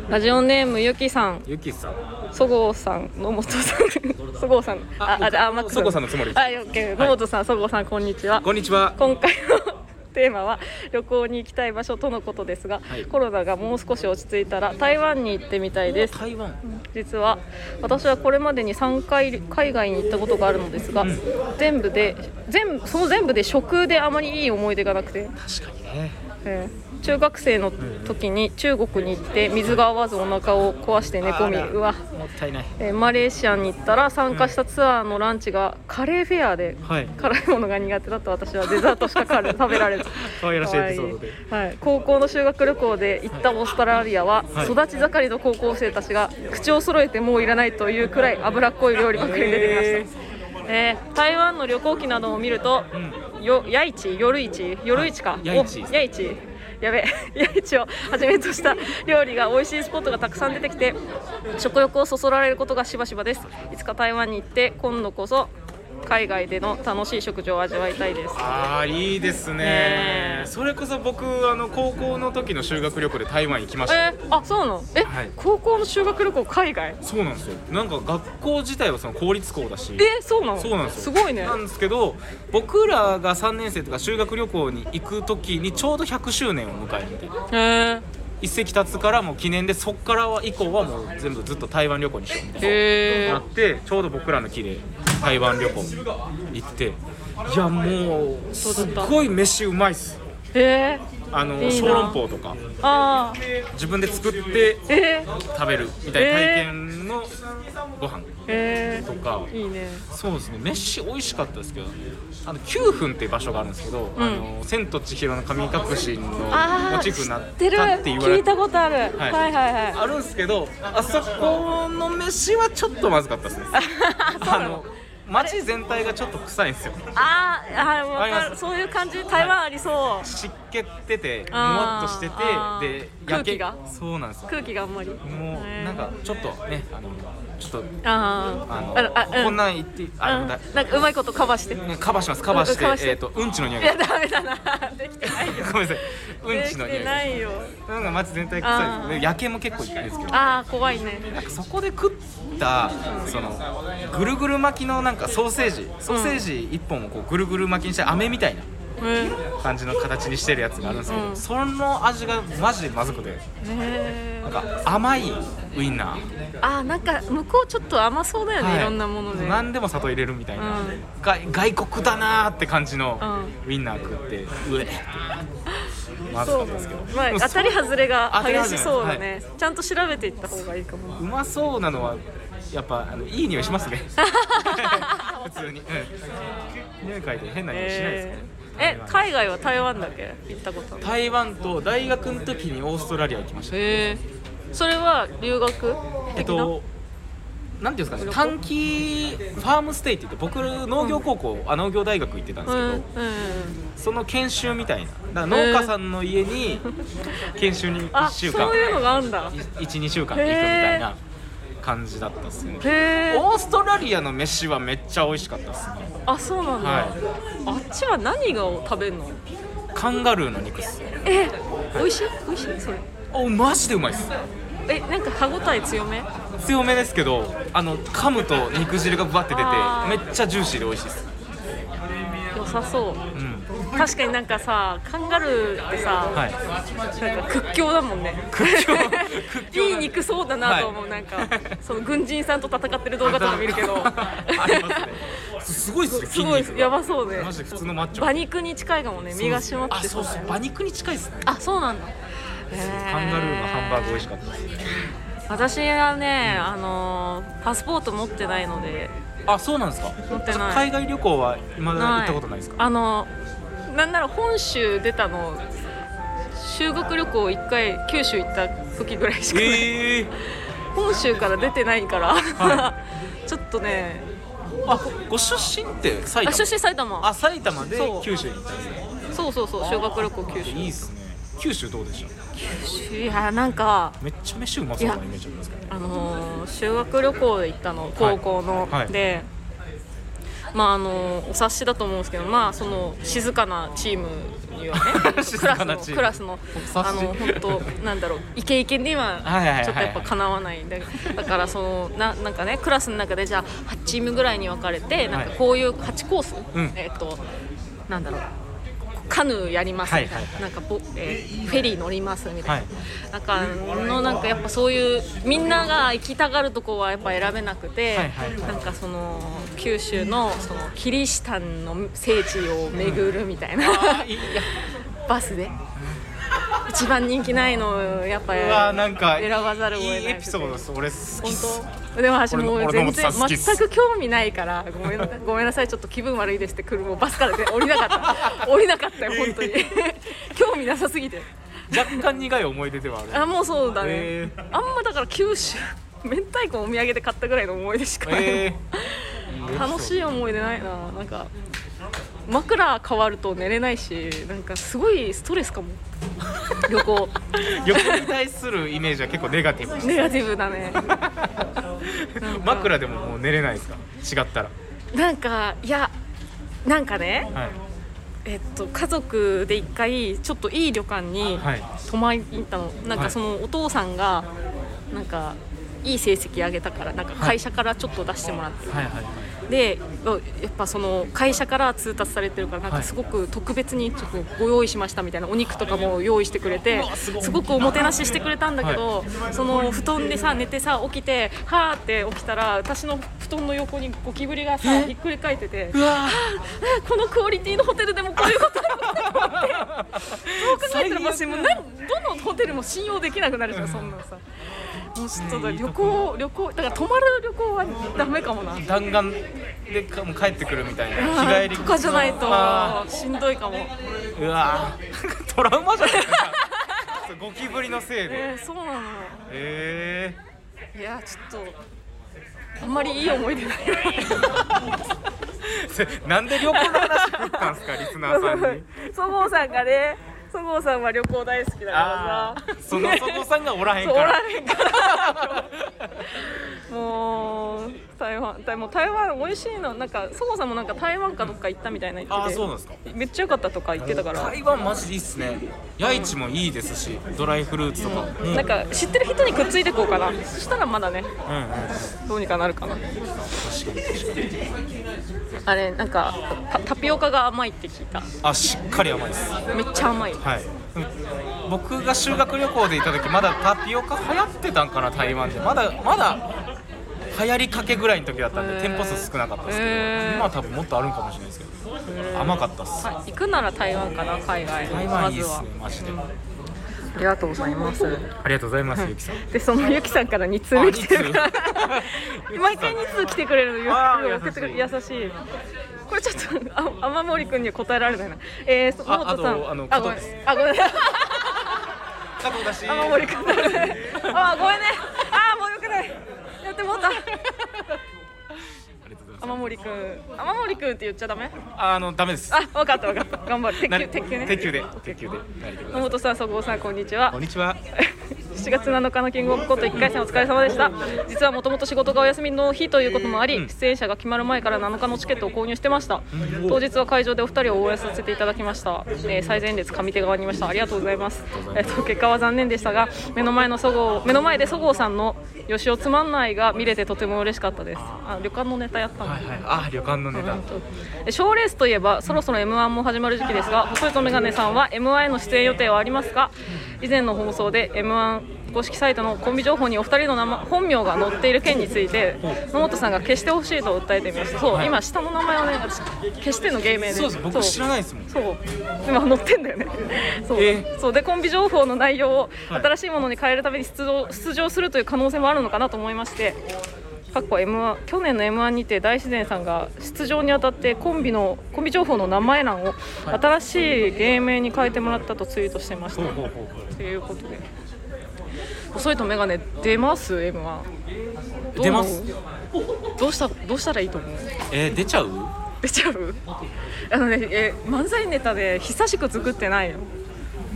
S2: ラジオネームゆきさん
S3: ゆきさん
S2: そごうさん、 [laughs] 野本さん、そごうさん、あ、あ、あ、マック
S3: そごうさんのつもりです
S2: あ、オッケー、野本さん、そごうさん、こんにちは。
S3: こんにちは
S2: 今回のテーマは旅行に行きたい場所とのことですが、
S3: い
S2: コロナがもう少し落ち着いたら台湾に行ってみたいです
S3: 台湾
S2: 実は私はこれまでに3回海外に行ったことがあるのですが、全部で全部その全部で食であまりいい思い出がなくて、
S3: 確かにね
S2: えー中学生の時に中国に行って水が合わずお腹を壊して寝込み
S3: あら
S2: うわ、
S3: もったいない
S2: えーマレーシアに行ったら参加したツアーのランチがカレーフェアで
S3: はい
S2: 辛いものが苦手だった私はデザートしかカ
S3: [laughs]
S2: レー食べられず
S3: 可愛らしいエピソードで
S2: 可愛いはい、高校の修学旅行で行ったオーストラリアは、
S3: はい
S2: 育ち盛りの高校生たちが口を揃えてもういらないというくらい脂っこい料理ばっかり出てきました。えー台湾の旅行記などを見ると、よ夜市夜市夜市か、
S3: い夜市
S2: お夜市 [laughs] やべ夜市をはじめとした料理が美味しいスポットがたくさん出てきて食欲をそそられることがしばしばですいつか台湾に行って今度こそ海外での楽しい食事を味わいたいです
S3: あーいいですね
S2: ねえ
S3: それこそ僕あの高校の時の修学旅行で台湾行きました、
S2: えー、あそうなのえ、
S3: はい
S2: 高校の修学旅行海外
S3: そうなんですよなんか学校自体はその公立校だし
S2: えそうなの
S3: そうなんですよ
S2: ごいね
S3: なんですけど僕らが3年生とか修学旅行に行く時にちょうど100周年を迎えて
S2: えー、
S3: 一石立つからもう記念でそっからは以降はもう全部ずっと台湾旅行にしようみたいな
S2: え
S3: あってちょうど僕らの木で台湾旅行行っていやもう
S2: うだ
S3: す
S2: った
S3: ごい飯うまいっす
S2: ー、え
S3: あの
S2: いいな
S3: 小籠包とか
S2: ー、あー
S3: 自分で作って
S2: えー、
S3: 食べるみたいな体験のご飯
S2: え
S3: とか、
S2: ー、いいね
S3: そうですね飯美味しかったですけどあの九分っていう場所があるんですけど「あの千と千尋の神隠し」のモ
S2: あ
S3: チーフになっ
S2: ー知ってる
S3: たって言わ
S2: 聞
S3: れ
S2: いたことある、
S3: は
S2: は
S3: い
S2: いはいはい
S3: あるんですけどあそこの飯はちょっとまずかったですねあの街全体がちょっと臭いんですよ
S2: あーあーわ
S3: あり
S2: か
S3: ま
S2: る
S3: す
S2: そういう感じ台湾ありそう、
S3: 湿気っててもわ
S2: あー
S3: っとしてて
S2: あー
S3: で焼
S2: 空気
S3: け
S2: が
S3: そうなんですよ
S2: 空気があんまり
S3: もうなんかちょっとねあのちょっと
S2: あー
S3: あの
S2: ああうん
S3: こんなん言ってあ
S2: う
S3: の
S2: ん
S3: だ
S2: なんかうまいことカバーしてい
S3: ねカバーしますカバーして
S2: うんカバーして
S3: えっ、とうんちの匂いが
S2: [laughs] やダメだなできてないよ
S3: ごめんなさい [laughs] うん
S2: で
S3: ち
S2: き
S3: の匂
S2: て
S3: いが
S2: ないよ
S3: なんか街全体臭いですね夜景も結構いいんですけど
S2: ああ怖いね
S3: なんかそこで食ったそのぐるぐる巻きのなんかソーセージソーセージ1本をこうぐるぐる巻きにして飴みたいな
S2: うん
S3: 感じの形にしてるやつがあるんですけど、
S2: うん
S3: その味がマジでまずくて
S2: ね
S3: なんか甘いウインナー、
S2: あーなんか向こうちょっと甘そうだよね、い、ろんなもので
S3: 何でも砂糖入れるみたいな、
S2: うん
S3: が外国だなーって感じの
S2: う
S3: ウインナー食って、うえってまずかったですけど
S2: まあ
S3: でも
S2: 当たり外れが
S3: 当たり
S2: 激
S3: 外れ
S2: しそうだね、ちゃんと調べていった方がいいかも
S3: うまそうなのはやっぱあのいい匂いします [laughs] ね普通に、うん、匂い嗅いで変な匂いしないですよね、
S2: えーえ海外は台湾だけ行ったことある
S3: 台湾と大学の時にオーストラリア行きました
S2: えそれは留学
S3: えっ
S2: 的な、
S3: となんていうんですかね短期ファームステイって言って僕農業高校、あ農業大学行ってたんで
S2: う
S3: す
S2: ん
S3: けど、
S2: うん
S3: その研修みたいなだから農家さんの家に研修に1
S2: あ
S3: 週間、
S2: そういうのがあんだ
S3: 12週間行くみたいな感じだったですね
S2: へえ
S3: オーストラリアの飯はめっちゃ美味しかったですね
S2: あそうなんだ、
S3: はい
S2: あっちは何が食べるの
S3: カンガルーの肉っす
S2: え美味しい美味しいそれ
S3: おマジでうまいっす
S2: えなんか歯ごたえ強め
S3: 強めですけどあの噛むと肉汁がぶわって出
S2: あ
S3: てめっちゃジューシーで美味しいです
S2: 良さそう
S3: うん
S2: 確かになんかさカンガルーってさ、
S3: はい
S2: なんか屈強だもんね
S3: 屈強屈強
S2: [laughs] いい肉そうだなと思う、
S3: はい
S2: なんかその軍人さんと戦ってる動画とか見るけど
S3: ありますねすごいっすよ
S2: す
S3: [laughs] 筋
S2: ご
S3: 肉
S2: い
S3: が
S2: やばそうね
S3: マジで普通のマッチョ
S2: 馬肉に近いかもね身が締まって
S3: あそうそう馬肉に近いっすね
S2: あそうなんだ
S3: カンガルーのハンバーグ美味しかったです
S2: た私はね、あのーパスポート持ってないので
S3: あそうなんですか
S2: 持ってない
S3: 海外旅行は今だ行ったことないですか
S2: あのなんなら本州出たの修学旅行1回九州行った時ぐらいしかない、
S3: ええ
S2: 本州から出てないから、
S3: は
S2: [laughs] ちょっとね
S3: あご出身って埼
S2: あ
S3: 玉
S2: 出身埼玉
S3: あ埼玉で
S2: そう
S3: 九州に行ったんですね
S2: そうそうそう修学旅行九
S3: いいっすね九州どうでした
S2: 州いやなんか
S3: めっちゃ飯うまそうなイメージありますけどね
S2: あのー修学旅行で行ったの高校の、
S3: はい
S2: でまああのーお察しだと思うんですけどまあその静かなチームには
S3: [laughs]
S2: ね
S3: 静
S2: クラ
S3: か
S2: ス
S3: な
S2: の
S3: チーム
S2: クラスの
S3: 察し
S2: あの本当なんだろうイケイケには
S3: はいはいはいはい
S2: ちょっとやっぱかなわないんだだからそのななんかねクラスの中でじゃあ8チームぐらいに分かれてなんかこういう8コース、
S3: うん
S2: えっ、となんだろうカヌーやりますみたいな,、
S3: はいはい
S2: なんかボ、えーフェリー乗りますみたいな、なんかのなんかやっぱそういうみんなが行きたがるとこはやっぱ選べなくて、
S3: はいはい
S2: なんかその九州のそのキリシタンの聖地を巡るみたいな、 [laughs]
S3: いや
S2: バスで一番人気ないのをやっぱ
S3: うわなんか
S2: 選ばざるを得ない
S3: いエピソードです俺好きっす
S2: 本当でも私も
S3: 俺
S2: う
S3: の俺の
S2: 全
S3: お
S2: 然
S3: 父さん好きっす
S2: 全く興味ないからごめんごめんなさ
S3: [laughs]
S2: いちょっと気分悪いですって車をバスからで降りなかった降りなかったよ本
S3: [laughs]
S2: 当に興味なさすぎて
S3: 若干苦い思い出ではあ
S2: [laughs]
S3: る
S2: あもうそうだね、
S3: へー
S2: あんまだから九州 [laughs] 明太子お土産で買ったぐらいの思い出しかない、
S3: えー
S2: 楽しい思い出ないななんか枕変わると寝れないしなんかすごいストレスか
S3: [laughs]
S2: も旅行
S3: 旅行に対するイメージは結構ネガティブ
S2: ネガティブだね
S3: 枕でももう寝れないですか違ったら
S2: なんかいやなんかね
S3: はい
S2: えっと、家族で一回ちょっといい旅館に
S3: はい
S2: 泊まりに行ったの、なん
S3: は
S2: か
S3: い
S2: そのお父さんがなんかいい成績上げたからなんか会社からちょっと出してもらって、
S3: はいはい
S2: でやっぱその会社から通達されてるからなん
S3: は
S2: か
S3: い
S2: すごく特別にちょっとご用意しましたみたいなお肉とかも用意してくれてすごくおもてなししてくれたんだけど、その布団でさ寝てさ起きてはーって起きたら私の布団の横にゴキブリがさひっくり返ってて。
S3: うわ
S2: このクオリティのホテルでもこういうことあるのかと思ってそう考えたら私もう何どのホテルも信用できなくなるじゃんそんなのさもうちょっとだから旅行旅行だから泊まる旅行はダメかもな
S3: 弾丸でかもう帰ってくるみたいな日帰り
S2: とかじゃない
S3: あ
S2: としんどいかも、
S3: ーうわートラウマじゃないですかそうゴキブリのせいで
S2: えー、そうな
S3: え
S2: のいやちょっとあんまりいい思い出ない
S3: [laughs] ー、それなんで旅行の話振ったんですかリスナー
S2: [laughs]
S3: さんに
S2: そごうさんがねそごうさんは旅行大好きだ
S3: あ
S2: から
S3: ー
S2: さ
S3: そのそこさんがおらへん
S2: そう
S3: か
S2: お
S3: ら
S2: らへんからもう台湾台もう台湾美味しいのなんかそもそもなんか台湾かどっか行ったみたいな言
S3: あ
S2: っ
S3: あ
S2: て
S3: そう
S2: て
S3: なんですか
S2: めっちゃ良かったとか言ってたから
S3: 台湾マジでいいっすねヤイチもいいですしドライフルーツとかもうんうん
S2: なんか知ってる人にくっついてこうかなそしたらまだねどうにかなるかなあれなんかタタピオカが甘いって聞いた
S3: あしっかり甘いです
S2: めっちゃ甘い
S3: はい僕が修学旅行で行った時まだタピオカ流行ってたんかな台湾でまだまだ流行りかけぐらいの時だったん
S2: へー
S3: で店舗数少なかったですけど
S2: へー
S3: 今は多分もっとあるんかもしれないですけど甘かったっす
S2: はい行くなら台湾かな海外
S3: 台
S2: ま
S3: 湾いい
S2: ず
S3: っす
S2: は
S3: ねマジで
S2: ありがとうございます
S3: ありがとうございますゆきさん
S2: でそのゆきさんから2通目来てるから
S3: あ二通
S2: [laughs] 毎回2通来てくれるのよ
S3: あー
S2: 送ってくれ優
S3: 優
S2: しいこれちょっとあ雨森くんには答えられないなえー、そ
S3: あ
S2: ノートさん
S3: あとあの
S2: ごめん
S3: 加藤で
S2: あごめん
S3: 加藤だし
S2: 雨森くんだねあごめんねあーもうよくないやってもうた
S3: ありがとうございます
S2: 雨森くん雨森くんって言っちゃダメ
S3: あのダメです
S2: あわかったわかった頑張る鉄
S3: な
S2: 球鉄球ね
S3: 鉄球で鉄球で慣れてくだ
S2: 野
S3: さい
S2: 本さん、そごうさん、こんにちは
S3: こん。にちは
S2: 7月7日のキングオブコント1回戦お疲れ様でした実はもともと仕事がお休みの日ということもあり、出演者が決まる前から7日のチケットを購入してました、当日は会場でお二人を応援させていただきました、えー最前列上手側にいましたありがとうございますえーと結果は残念でしたが目の前のそごう目の前でそごうさんの「よしおつまんない」が見れてとても嬉しかったですあ旅館のネタやったの
S3: はいはいあ旅館のネタ
S2: え賞レースといえばそろそろ m 1も始まる時期ですが細いとメガネさんは m 1への出演予定はありますか以前の放送で m 1公式サイトのコンビ情報にお二人の名前本名が載っている件について野本さんが消してほしいと訴えていましたそう、今下の名前をね私消しての芸名で
S3: そうです僕知らないですもん
S2: そう今載ってんだよね
S3: [laughs]
S2: そう,、
S3: え
S2: そうでコンビ情報の内容を
S3: はい
S2: 新しいものに変えるために出場出場するという可能性もあるのかなと思いまして過去 M1 去年の m 1にて大自然さんが出場にあたってコンビのコンビ情報の名前欄を新しい芸名に変えてもらったとツイートしてました、
S3: ほうほうほうほう
S2: ということで細いとメガネ出ます m 1
S3: 出ます
S2: どうしたどうしたらいいと思う
S3: えー出ちゃう
S2: 出ちゃうあのねえ漫才ネタで久しく作ってないよ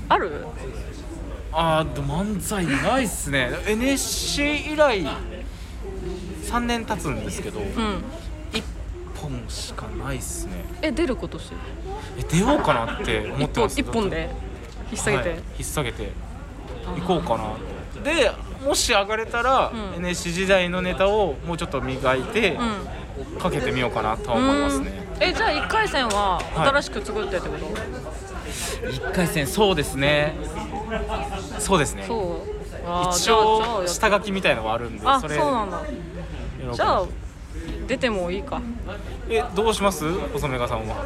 S2: ある
S3: あーでも漫才ないっすね NSC 以来3年経つんですけど、
S2: うん
S3: 一本しかないっすね
S2: え出ることしてる
S3: え出ようかなって思っ
S2: 一
S3: て
S2: 本
S3: ます
S2: 一本で引っ
S3: はい
S2: 提げて、
S3: 引っ提げて行こうかなでもし上がれたら、
S2: うん
S3: NSC 時代のネタをもうちょっと磨いて、かけてみようかなとは
S2: うん
S3: 思いますね
S2: うんえじゃあ一回戦は
S3: はい
S2: 新しく作ってってこと、
S3: 1回戦そうですねそうですね
S2: そうあー
S3: 一
S2: じゃあ
S3: 応
S2: じゃ
S3: 下書きみたいのはあるんで
S2: ああそ
S3: そ
S2: う
S3: れ
S2: なんだ
S3: 喜んで
S2: じゃあ出てもいいか
S3: えどうします細めがさんは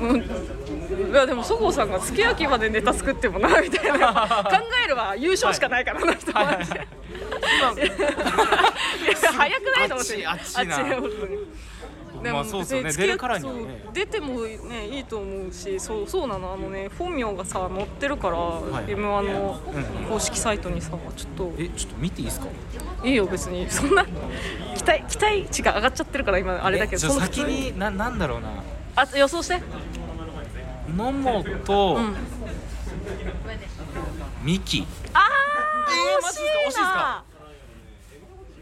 S2: うんいやでもそごうさんがすき焼きまでネタ作ってもなみた
S3: [laughs]
S2: いな考えれば優勝しかないからな、あの人
S3: はい
S2: は
S3: はい
S2: い [laughs]
S3: は
S2: や
S3: い
S2: いや早くないと思って
S3: あっちあっちな
S2: 本当に
S3: まあそうですよね
S2: 別に
S3: 出るから
S2: 付
S3: に
S2: き合
S3: は
S2: い
S3: ね
S2: そう出てもねいいと思うしそうそうなのあのね本名がさ載ってるから、
S3: い
S2: M1 の
S3: うん
S2: 公式サイトにさちょっと
S3: えちょっと見ていいですか
S2: いいよ別に [laughs] そんな期待期待値が上がっちゃってるから今あれだけど
S3: じゃあ
S2: そんな
S3: 先にななんだろうな
S2: あ予想して
S3: 野本、
S2: ん
S3: ミキ
S2: あ
S3: えーマ
S2: ー
S3: ジ
S2: 惜
S3: っ
S2: しい
S3: すか惜しいっすか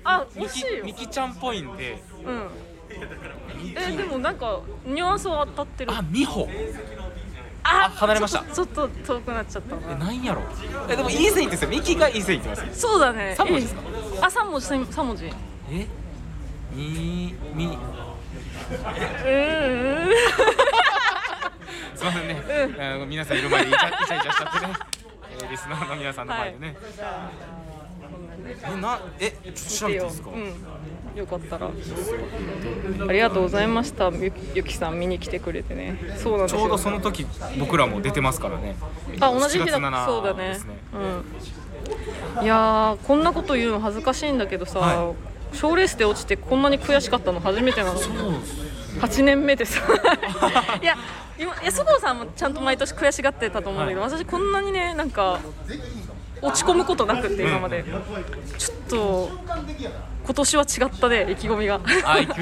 S2: なあ
S3: ミ
S2: 惜し
S3: キ
S2: いよ
S3: ミキちゃんっぽいんで
S2: うんえでもなんかニュアンスは当たってる
S3: あ美穂
S2: あ
S3: あ離れました
S2: ちょっとちょっと遠くなっちゃった
S3: え
S2: な
S3: なんやろえでもいい線いってますよミキがいい線いってますよ
S2: そうだね
S3: 三文字ですか
S2: いいあ三文字三三文字う
S3: えみみ
S2: ーん
S3: すいませんね、あの皆さんいる前でイチャイチャイチャしちゃってね、えーリスナーの皆さんの前でね、えなえちょっと調べていいですか、
S2: うんよかったらありがとうございましたゆゆきさん見に来てくれてねそうなんです
S3: ち
S2: よ
S3: ょうどその時僕らも出てますからね
S2: あ同じ日
S3: 7月7
S2: だそうだね
S3: ですね
S2: うん、いやーこんなこと言うの恥ずかしいんだけどさ
S3: は
S2: 賞、レースで落ちてこんなに悔しかったの初めてなの
S3: そう
S2: 8年目で
S3: [laughs]
S2: さいや今いやそごうさんもちゃんと毎年悔しがってたと思うんだけど、私こんなにねなんか落ち込むことなくって今まで、ちょっと今年は違ったね意気込みが
S3: あいく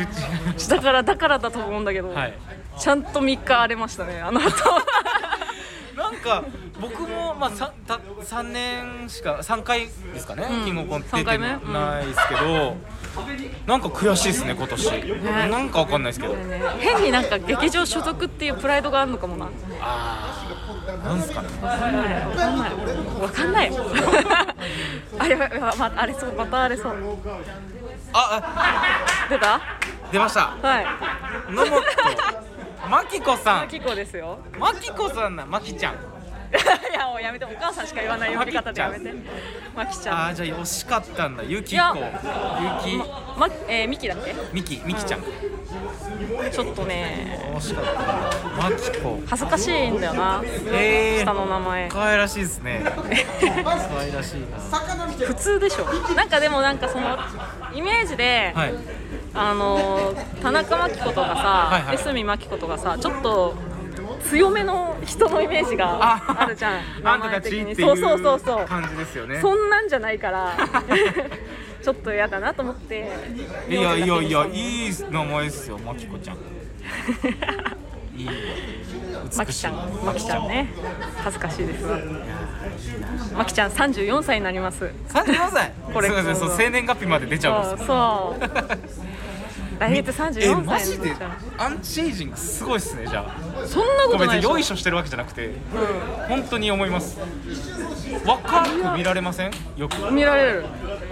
S2: [laughs]
S3: ち
S2: だからだからだと思うんだけど、
S3: はい
S2: ちゃんと3日荒れましたねあの後
S3: なんか僕もまあさた三年しか三回ですかね、
S2: ん
S3: キングオブコント
S2: 三
S3: 出て
S2: 回目うん
S3: ないですけど、なんか悔しいですね今年、なんかわかんないですけど、
S2: ね変になんか劇場所属っていうプライドがあるのかもな
S3: なんですかね
S2: わかんないよ。あやばいやばい、まあれそう、またあれそう。
S3: あ
S2: 出た。
S3: あ出ました
S2: はい。
S3: 野本マキコさん
S2: キコですよ。
S3: マキコさんなマキちゃん
S2: [laughs] いや、もうやめて、お母さんしか言わない呼び方でやめて。まきちゃ
S3: あ
S2: ん。
S3: ーじゃあ惜しかったんだゆき
S2: い
S3: こ
S2: や
S3: ゆき
S2: ま、えー、ミキだっけ。
S3: みきみきちゃん
S2: ちょっとね、
S3: 惜しかったなマキコ
S2: 恥ずかしいんだよな。
S3: えー
S2: 下の名前。
S3: 可愛らしいですね可愛らしいな
S2: 普通でしょなんかでも、なんかその。イメージで、
S3: はい
S2: あのー田中真紀子とか
S3: い
S2: さ、
S3: はい
S2: 江角真紀子とかさ、ちょっと。強めの人のイメージがあるじゃ
S3: [laughs]
S2: ん。
S3: あんたたちってい
S2: そうそうそう
S3: う
S2: そう。
S3: 感じですよね
S2: そんなんじゃないから
S3: [laughs]
S2: ちょっと嫌だなと思って
S3: いやいやいやいい名前ですよマキコちゃんいいよ
S2: マキちゃんマキちゃんね恥ずかしいですマキちゃん34歳になります
S3: 34歳
S2: これ
S3: すいませんそう生年月日まで出ちゃうんです
S2: そ
S3: よ
S2: う
S3: [laughs]
S2: そう来月
S3: え
S2: 34
S3: マ
S2: 歳
S3: ジ
S2: に
S3: で
S2: なっちゃ
S3: アンチエイジングすごいっすねじゃあ
S2: うそんなこ
S3: ごめ
S2: と
S3: ん
S2: ない
S3: ね
S2: でしょ
S3: よいしょしてるわけじゃなくて、本当に思います若く見られませんよく
S2: 見られる、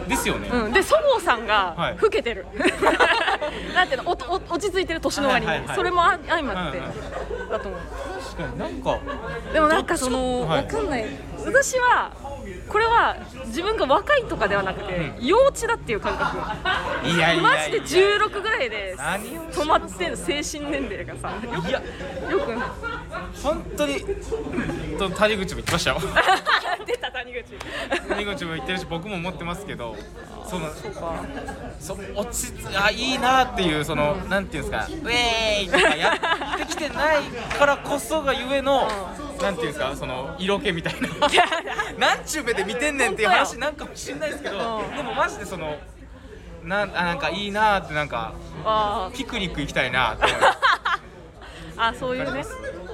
S3: ですよね、
S2: うん、でそごうさん
S3: はい
S2: が老けてる、 [laughs] なんていうのおとお落ち着いてる年の割に、
S3: はいはいはい
S2: それもあ相まって、
S3: うん
S2: だと思う
S3: 確かになんか
S2: でもなんかその、
S3: はい
S2: わかんない私はこれは自分が若いとかではなくて、幼稚だっていう感覚
S3: いやいやいや
S2: マジで16ぐらいで
S3: 何を
S2: 止まってんの精神年齢がさよ
S3: いや
S2: くよく [laughs] ない
S3: 本当にと谷口も言ってましたよ [laughs]
S2: 出た谷口
S3: 谷口も言ってるし僕も思ってますけどその
S2: そうか
S3: そ落ち着あいいなっていうその、なんていうんですかウェーイとかやってきてないからこそがゆえの、なんていうんですかその色気みたいな
S2: [laughs]
S3: なんちゅう目で見てんねんっていう話なんかもしんないですけど、
S2: うん
S3: でもマジでそのなんあなんかいいなってなんか
S2: あ
S3: ピクニック行きたい
S2: [laughs]
S3: なって思います
S2: ーあそういうね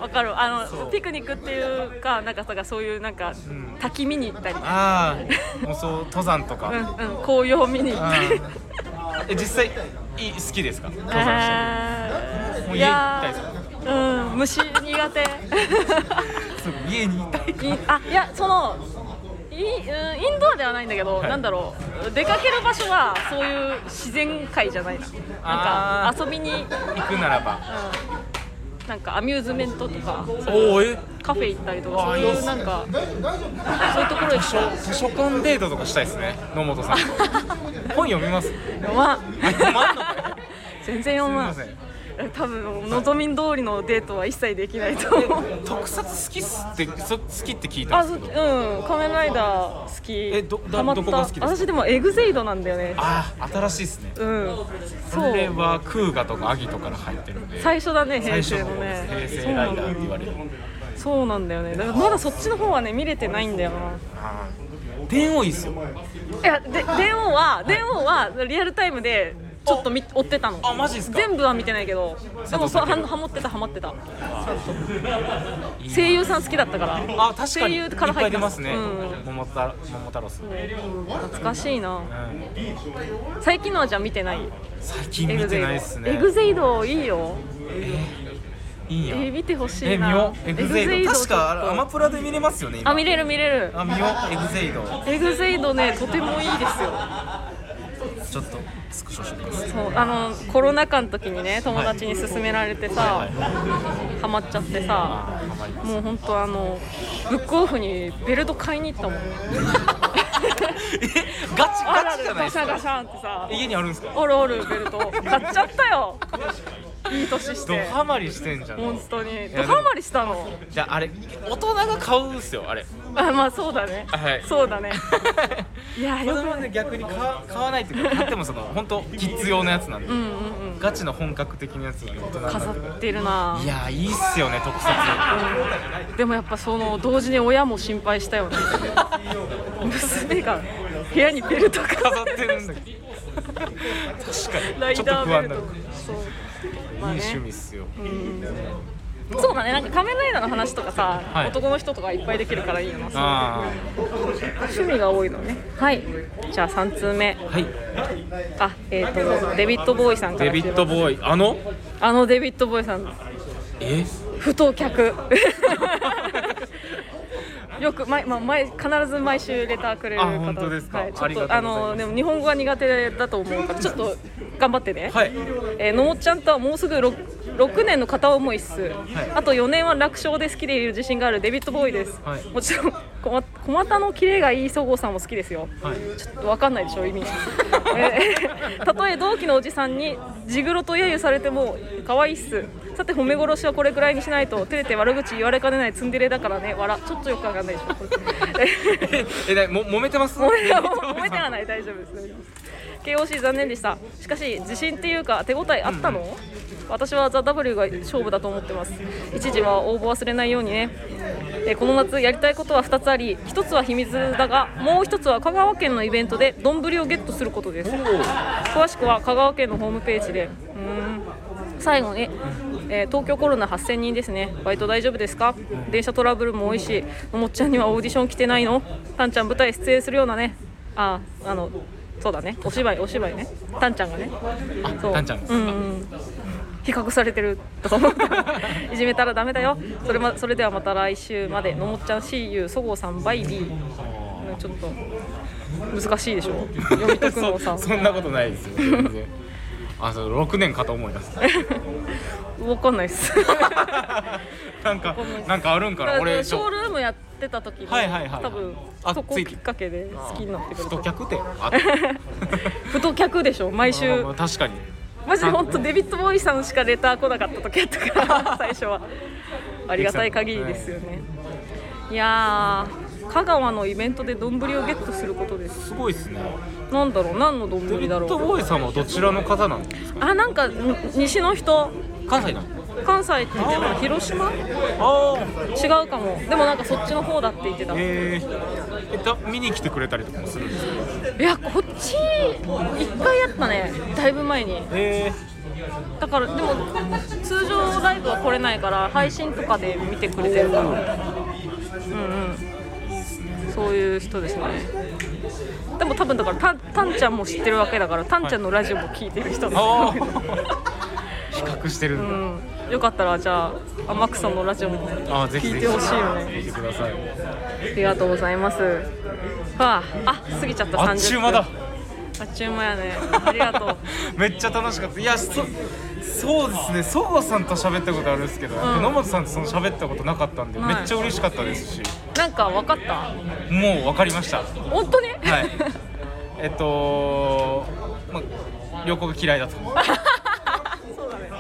S2: わかるあ
S3: そ
S2: の
S3: う
S2: ピクニックっていうかなんかさそういうなんか、
S3: ん
S2: 滝見に行ったり
S3: ああもうそう登山とか、
S2: うんうん紅葉見に行っ
S3: あ
S2: たり
S3: ーえ実際い好きですか登山した
S2: [laughs] あ
S3: も
S2: ー
S3: う
S2: い
S3: 家行きたい
S2: や
S3: ですか
S2: ーうん虫苦手
S3: りそう家にいたい [laughs]
S2: いあいやそのいうんインドアではないんだけど、
S3: はい
S2: なんだろう出かける場所はそういう自然界じゃないななんか
S3: あ
S2: 遊びに、うん、
S3: 行くならば
S2: なんかアミューズメントとか
S3: [laughs] おおえ
S2: カフェ行ったりとかそう
S3: あいい
S2: い
S3: っ
S2: う
S3: すね
S2: なんかそういうところでしょ
S3: 図書館デートとかしたいですね野
S2: [laughs]
S3: 本さんと本読みます [laughs]
S2: 読まん
S3: あ読まんのかい
S2: 全然読まん
S3: すみま
S2: 多分のぞみん通りのデートは一切できないと思う
S3: 特撮好きっすってそ好きって聞いた
S2: あ
S3: ん
S2: そ
S3: です
S2: う
S3: け
S2: う
S3: ど
S2: ん仮面ライダー好き
S3: えどだ
S2: ハマっ
S3: どこ
S2: た
S3: が好きですか
S2: 私でもエグゼイドなんだよね
S3: ああ新しいですね
S2: うん
S3: こ
S2: そ
S3: れ
S2: う
S3: は空ガとかアギトから入ってるんで
S2: 最初だね
S3: 最
S2: 平成
S3: 初の
S2: の
S3: 方です
S2: ね
S3: 平成ライダーって言われる
S2: そうなんだよねだからまだそっちの方はね見れてないんだよな
S3: あー電王いいっすよ
S2: いやで電王は電王はリアルタイムでちょっと見追ってたの
S3: あマジっすか
S2: 全部は見てないけどでも
S3: 佐藤
S2: そう
S3: 健
S2: はハモってたハマってた声優さん好きだったから
S3: あ確かに
S2: 声
S3: い
S2: 優
S3: っ
S2: から入ってます
S3: ぱい出ますね
S2: うん
S3: 桃太桃太郎さん
S2: 懐かしいな
S3: うん
S2: 最近のはじゃあ見てない
S3: 最近
S2: エ
S3: 見
S2: グゼ
S3: て
S2: イド
S3: ないっすね
S2: エグゼイドいいよ
S3: いい
S2: え
S3: や
S2: ー見てほし
S3: え
S2: い
S3: 見
S2: な
S3: ようエグゼイ
S2: ちょ
S3: ド
S2: っ
S3: 確
S2: と
S3: かアマプラで見れますよね今
S2: あ見れる見れる
S3: あ見ようエグゼイド
S2: エグゼイドねとてもいいですよ
S3: ちょっとスクショしてみます
S2: そうあのコロナ禍の時にね友達に勧められてさハマっちゃってさ
S3: あーハマります
S2: もう本当あのブックオフにベルト買いに行ったもんある
S3: えガチ [laughs]
S2: あ
S3: ガチ
S2: る
S3: じゃない
S2: ガ
S3: です
S2: シャガシ
S3: か
S2: ャンってさ
S3: 家にあるんですか
S2: おるおるベルト買っちゃったよいい年し
S3: ド
S2: て
S3: ハマりしてんじゃん
S2: 本当に
S3: でも
S2: ドハマりしたの
S3: じゃああれ大人が買うんすよあれ
S2: あまあそうだね、
S3: はい
S2: そうだねいや
S3: 子
S2: よく
S3: 供はね逆に買わ買わないっていうか買ってもその本当キッズ用のやつなんで、
S2: うんうんうん
S3: ガチの本格的なやつが大人なん
S2: 飾
S3: だ
S2: ってるない
S3: やーいいっすよね特撮
S2: でもやっぱその同時に親も心配したよね娘が部屋にベルト
S3: 飾
S2: 飾
S3: ってるんだけど確か
S2: ラ
S3: に
S2: イ
S3: ちょっと
S2: ダー
S3: 不安
S2: ベル
S3: だ
S2: トそうまあ
S3: いい
S2: ね
S3: 趣味っすよ、
S2: そうだねなんか仮面ライダーの話とかさ、
S3: はい
S2: 男の人とかいっぱいできるからいいよな
S3: あ
S2: 趣味が多いのねはいじゃあ3通目
S3: あはい
S2: あえっ、とデビッド・ボーイさんか
S3: デ
S2: ら
S3: ビッド・ボーイあの
S2: あのデビッド・ボーイさん
S3: え
S2: 不当客 [laughs] よく毎、まあ、毎必ず毎週レターくれる方
S3: あ本当ですか
S2: はい、ちょ
S3: あ
S2: っ
S3: り
S2: と
S3: がとうご
S2: あ
S3: ざいます
S2: のでも日本語が苦手だと思うからちょっと頑張ってね、
S3: はい
S2: えーのもっちゃんとはもうすぐ 6, 6年の片思いっす、あと4年は楽勝で好きでいる自信があるデビッド・ボーイです、
S3: はい
S2: もちろん小ま小股のキレがいいそごうさんも好きですよ
S3: はい
S2: ちょっと分かんないでしょ意味えーたとえ同期のおじさんにジグロと揶揄されても可愛いっすさて褒め殺しはこれくらいにしないと照れて悪口言われかねないツンデレだからね笑ちょっとよく分かんないでしょこれ
S3: ええなも揉めてます
S2: もめ揉めてはない大丈夫です KOC 残念でしたしかし自信っていうか手応えあったの、私はザ・ W が勝負だと思ってます一時は応募忘れないようにねえーこの夏やりたいことは2つあり1つは秘密だがもう1つは香川県のイベントで丼をゲットすることです詳しくは香川県のホームページでうーん最後に、えー東京コロナ8000人ですねバイト大丈夫ですか電車トラブルも多いしのもっちゃんにはオーディション来てないのたんちゃん舞台出演するようなねああのそうだねお芝居お芝居ねたんちゃんがねそう
S3: タンちゃんです
S2: うんうん比較されてるとか思った [laughs] いじめたらダメだよそれ,、ま、それではまた来週までのもっちゃん CU そごうさんバイビーちょっと難しいでしょ読み解くのをさ
S3: [laughs] そそんなことないですよ全然あそう六年かと思い出す
S2: わかんないっす
S3: [laughs] なんかなんかあるんかな俺
S2: ショールームやってた時に、
S3: はいはいはい
S2: 多分
S3: あ
S2: そこ
S3: つ
S2: き
S3: いて
S2: っかけで好きになってくれ
S3: ふ
S2: た
S3: と客 [laughs] 店あ
S2: 不当客でしょ毎週
S3: [laughs] まあ確かに
S2: マジで本当デビッド・ボーイさんしかレター来なかった時やったから
S3: [laughs]
S2: 最初はありがたい限りですよねいやー香川のイベントで丼をゲットすることです
S3: すごいですね
S2: なんだろう何の
S3: デ
S2: 丼
S3: ビ
S2: だ
S3: ッド・
S2: ろう
S3: ボーイさんはどちらの方なの
S2: あなんかん西の人
S3: 関西なの
S2: 関西って言ってた広島
S3: ああ
S2: 違うかもでもなんかそっちの方だって言ってたい
S3: えー、えだ見に来てくれたりとかもするんですか
S2: やこっち一回やったねだいぶ前に
S3: え
S2: だからでも通常ライブは来れないから配信とかで見てくれてるからうんうんそういう人ですねでも多分だからたたんちゃんも知ってるわけだからたんちゃんのラジオも聞いてる人です、
S3: ああ [laughs] 比較してるんだ、
S2: うん、 [laughs] よかったらじゃあ天草のラジオも
S3: ああぜひ
S2: 聞
S3: ぜ
S2: い
S3: ひ
S2: てほしいよね
S3: 聞いてください
S2: ありがとうございますはああ過ぎちゃった30
S3: あっちゅう間だ
S2: 分あっちゅう間やねありがとう
S3: [laughs] めっちゃ楽しかったいやそそうですねそごうさんと喋ったことあるんですけど、野本さんとその喋ったことなかったんで、
S2: はい
S3: めっちゃ嬉しかったですし
S2: なんか分かった
S3: もう分かりましたは
S2: 本当に、
S3: い
S2: [laughs]
S3: えっと、ま、旅行が嫌いだと
S2: [laughs] そうだね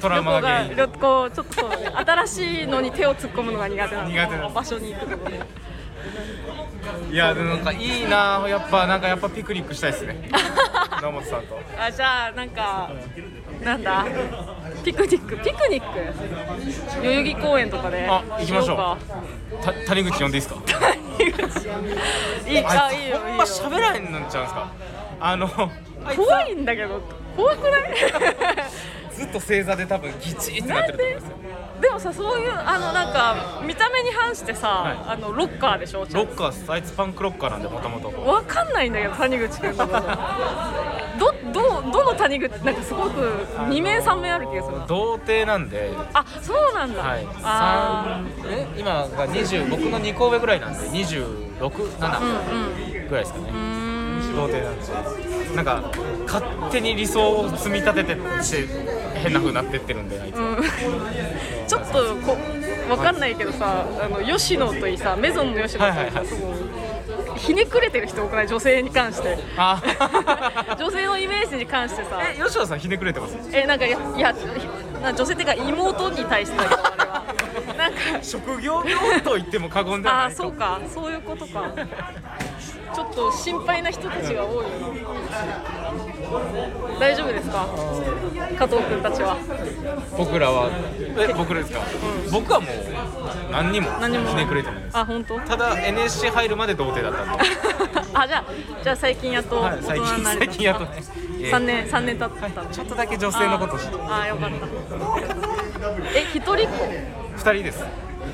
S3: トラウ
S2: 旅
S3: マ
S2: 行
S3: が
S2: が
S3: 原因
S2: 旅行ちょっとそうだね新しいのに手を突っ込むのが苦手なの
S3: 苦手です
S2: 場所に行くとかね
S3: いやでもなんかいいなやっぱなんかやっぱピクニックしたいです
S2: [laughs]
S3: ね野本さんと
S2: あじゃあなんかなんだピクニックピクニック代々木公園とかで
S3: あ行きましょう
S2: か
S3: た谷口呼んでいいですか
S2: いいあ
S3: あ
S2: いい
S3: い
S2: よい
S3: つほ
S2: いよ
S3: んま喋らへんのんちゃうんですかあのあいつ
S2: 怖いんだけど怖くない
S3: ずっと正座で多分ギチってなっ
S2: な
S3: て
S2: ん
S3: ると思い
S2: で
S3: ますよ
S2: でもさそういうあのなんか見た目に反してさ、
S3: はい
S2: あのロッカーでしょちょ
S3: ロッカーっすあいつパンクロッカーなんでもともと
S2: わかんないんだけど谷口君のことどどどの谷口なんかすごく二面三面ある気がするな
S3: 童貞なんで
S2: あそうなんだ、
S3: はい
S2: あ
S3: 三え今が20僕の2個上ぐらいなんで
S2: ーう
S3: 267
S2: ん
S3: ぐらいですかね
S2: うーん
S3: 童貞なんですよなんか勝手に理想を積み立ててして変な風になってってるんであいつ
S2: うん [laughs] ちょっとこわかんないけどさあの吉野といいさメゾンの吉野といい
S3: はいはいは
S2: さ
S3: い
S2: そのひねくれてる人多くない女性に関して
S3: あ [laughs]
S2: 女性のイメージに関してさ
S3: え吉野さんひねくれてます
S2: えなんかいやいやな女性っていうか妹に対してだけどあれはなんか
S3: 職業病と言っても過言では
S2: あ
S3: な
S2: あ
S3: い
S2: そうかそういうことかちょっと心配な人たちが多いよな大丈夫ですか加藤君たちは
S3: 僕らはえ僕らですか、僕はもう何にも
S2: 何も
S3: ひねくれてないです
S2: あ本当 [laughs]
S3: ただ NSC 入るまで童貞だったんで、
S2: あじゃあじゃあ最近やっと
S3: はい、
S2: 大
S3: 最
S2: 人
S3: 近
S2: になれた、
S3: 最近やっとね、え
S2: 三年三年経ったんだ、
S3: ーちょっとだけ女性のことを知って
S2: あーあーよかったえ一人っ子 [laughs]
S3: 2人です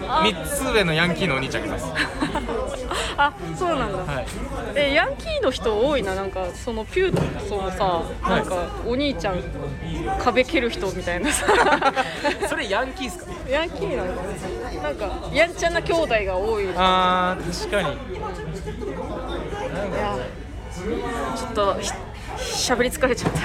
S2: あー
S3: 3つ上のヤンキーのお兄ちゃんがいます、
S2: あそうなんだ、
S3: [laughs] はい、
S2: えヤンキーの人多いななんかそのピュートソのさ
S3: い
S2: なんかお兄ちゃん壁蹴る人みたいなさ [laughs]
S3: それヤンキーっすか
S2: ヤンキーなんだねなんかやんちゃな兄弟が多いい
S3: あー確かに
S2: やちょっとひしゃべり疲れちゃった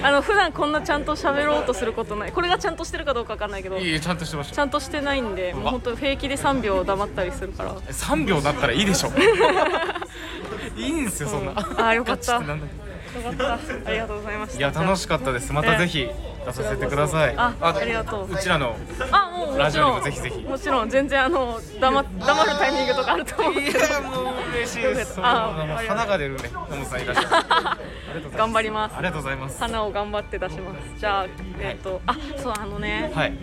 S2: [laughs] あの普段こんなちゃんと喋ろうとすることないこれがちゃんとしてるかどうかわかんないけど
S3: いいえちゃんとしてまし
S2: ち
S3: た
S2: ゃんとしてないんで、もう本当平気で3秒黙ったりするから。
S3: 3秒だったらいいでし [laughs] ょいいんですよそんな、
S2: うんあーよかった
S3: ガチてなんだ
S2: よかった。ありがとうございました。
S3: いや楽しかったですまたぜひ出させてください
S2: あありがとう
S3: うちらの
S2: あ、もうもちろん。
S3: ラジオにもぜひぜひ
S2: もちろん全然あの黙黙るタイミングとかあると思うけど。
S3: もう嬉しいですそんな
S2: あ
S3: もう
S2: ありがとう
S3: 花が出るね野本さんいらっしゃる
S2: 頑張ります
S3: あ。りがとうございます
S2: 花を頑張って出します。じゃあえっ、とあそうあのね
S3: はい
S2: い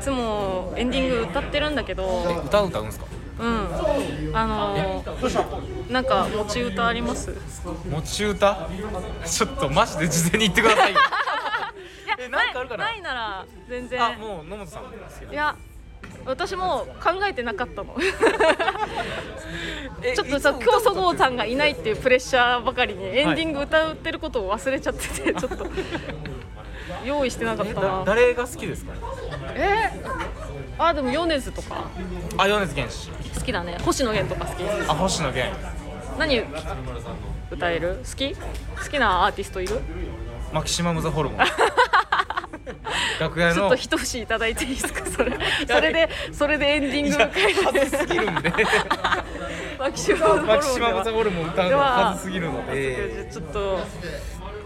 S2: つもエンディング歌ってるんだけど、
S3: え歌歌うんですか
S2: うんあのなんか持ち歌あります？
S3: 持ち歌ちょっとマジで事前に言ってく
S2: [laughs]
S3: ださいよ
S2: いや
S3: えなんかあるかない
S2: なら全然。
S3: あもう野本さんですけど
S2: いや私も考えてなかったの
S3: [laughs] え
S2: ちょっとさ
S3: いつも歌
S2: 今
S3: う
S2: 日そごうさんがいないっていうプレッシャーばかりにエンディング歌ってることを忘れちゃって
S3: [laughs]
S2: てちょっと用意してなかった
S3: だ
S2: な
S3: 誰が好きですか
S2: えー、あでも米津とか
S3: あ米津玄師
S2: 好きだね星野源とか好き
S3: あ星野源
S2: 何歌える好き好きなアーティストいる
S3: マキシマム・ザ・ホ
S2: [laughs]
S3: ルモン楽屋
S2: ちょっと
S3: の
S2: 一節いただいていい
S3: [laughs]
S2: ですかそれそれでそれでエンディング迎え
S3: いや [laughs] 外すぎるんで
S2: マキシマム
S3: マキシマム・ザ・
S2: ザ
S3: ホルモン歌う
S2: で
S3: の
S2: は
S3: はずすぎるので
S2: ちょっと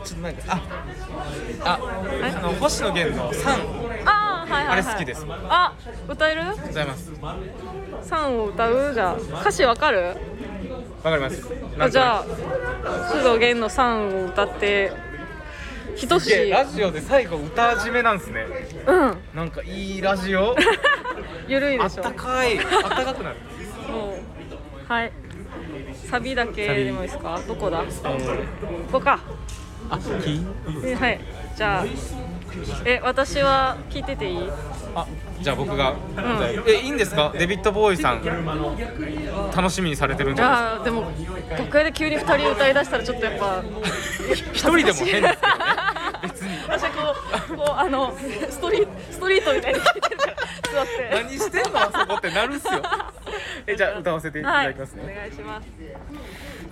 S3: ちょっとなんかあああの星野源の「サン」
S2: あーはいはい、はい、
S3: あれ好きです
S2: あ歌える
S3: ございます
S2: サンを歌うじゃあ歌詞わかる
S3: わかります
S2: あじゃあ須藤源のサンを歌ってひと
S3: い
S2: し
S3: やラ
S2: う
S3: ジオで最後歌始めなんですね
S2: ん
S3: なんかいいラジ
S2: [laughs]
S3: オ
S2: ゆるい
S3: あ
S2: で
S3: っ
S2: しょ
S3: たかいあったかくなる
S2: もうはいサビだけでもいいですかどこだここか
S3: あ聞い
S2: えはいじゃあえ私は聞いてていい
S3: あじゃあ僕が、えいいんですかデビッド・ボーイさん楽しみにされてるんじゃない
S2: あーでも楽屋で急に2人歌いだしたらちょっとやっぱ
S3: 一人でも変ですけどね別に
S2: [laughs] 私はこうこうあのストリートストリートみたいに聞いてるから座って
S3: 何してんのあそこってなるっすよえじゃあ歌わせていた
S2: はい
S3: だ
S2: お
S3: きますね、
S2: 願いします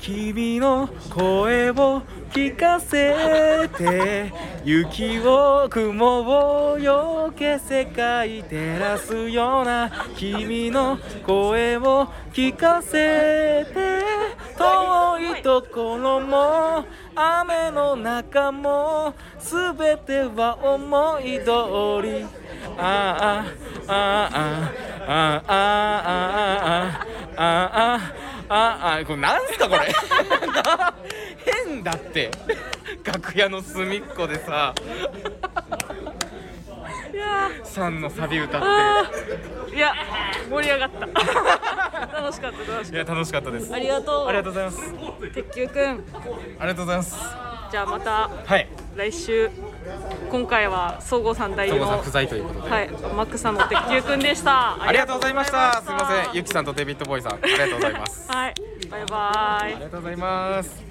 S3: 君の声を聞かせて雪を雲をよけ世界照らすような君の声を聞かせて遠いところも雨の中も全ては思い通りあああああああああああああこれなんすかこれ [laughs] 変だって楽屋の隅っこでさ
S2: いやー
S3: さんのサビ歌っ
S2: あーいや盛り上がった [laughs] 楽しかった楽して
S3: いや楽しかったです
S2: かったありがとう
S3: ありがとうございます
S2: 鉄球くん
S3: ありがとうございます
S2: じゃあまた
S3: はい
S2: 来週今回は総合さん代
S3: そ
S2: 表
S3: こさん不
S2: は
S3: 在ということで、
S2: いマックさんの鉄球くんでした
S3: ありがとうございましたすいませんゆ
S2: き
S3: きさんとデビッドボーイさんありがとうございます
S2: はいバイバイ
S3: ありがとうございます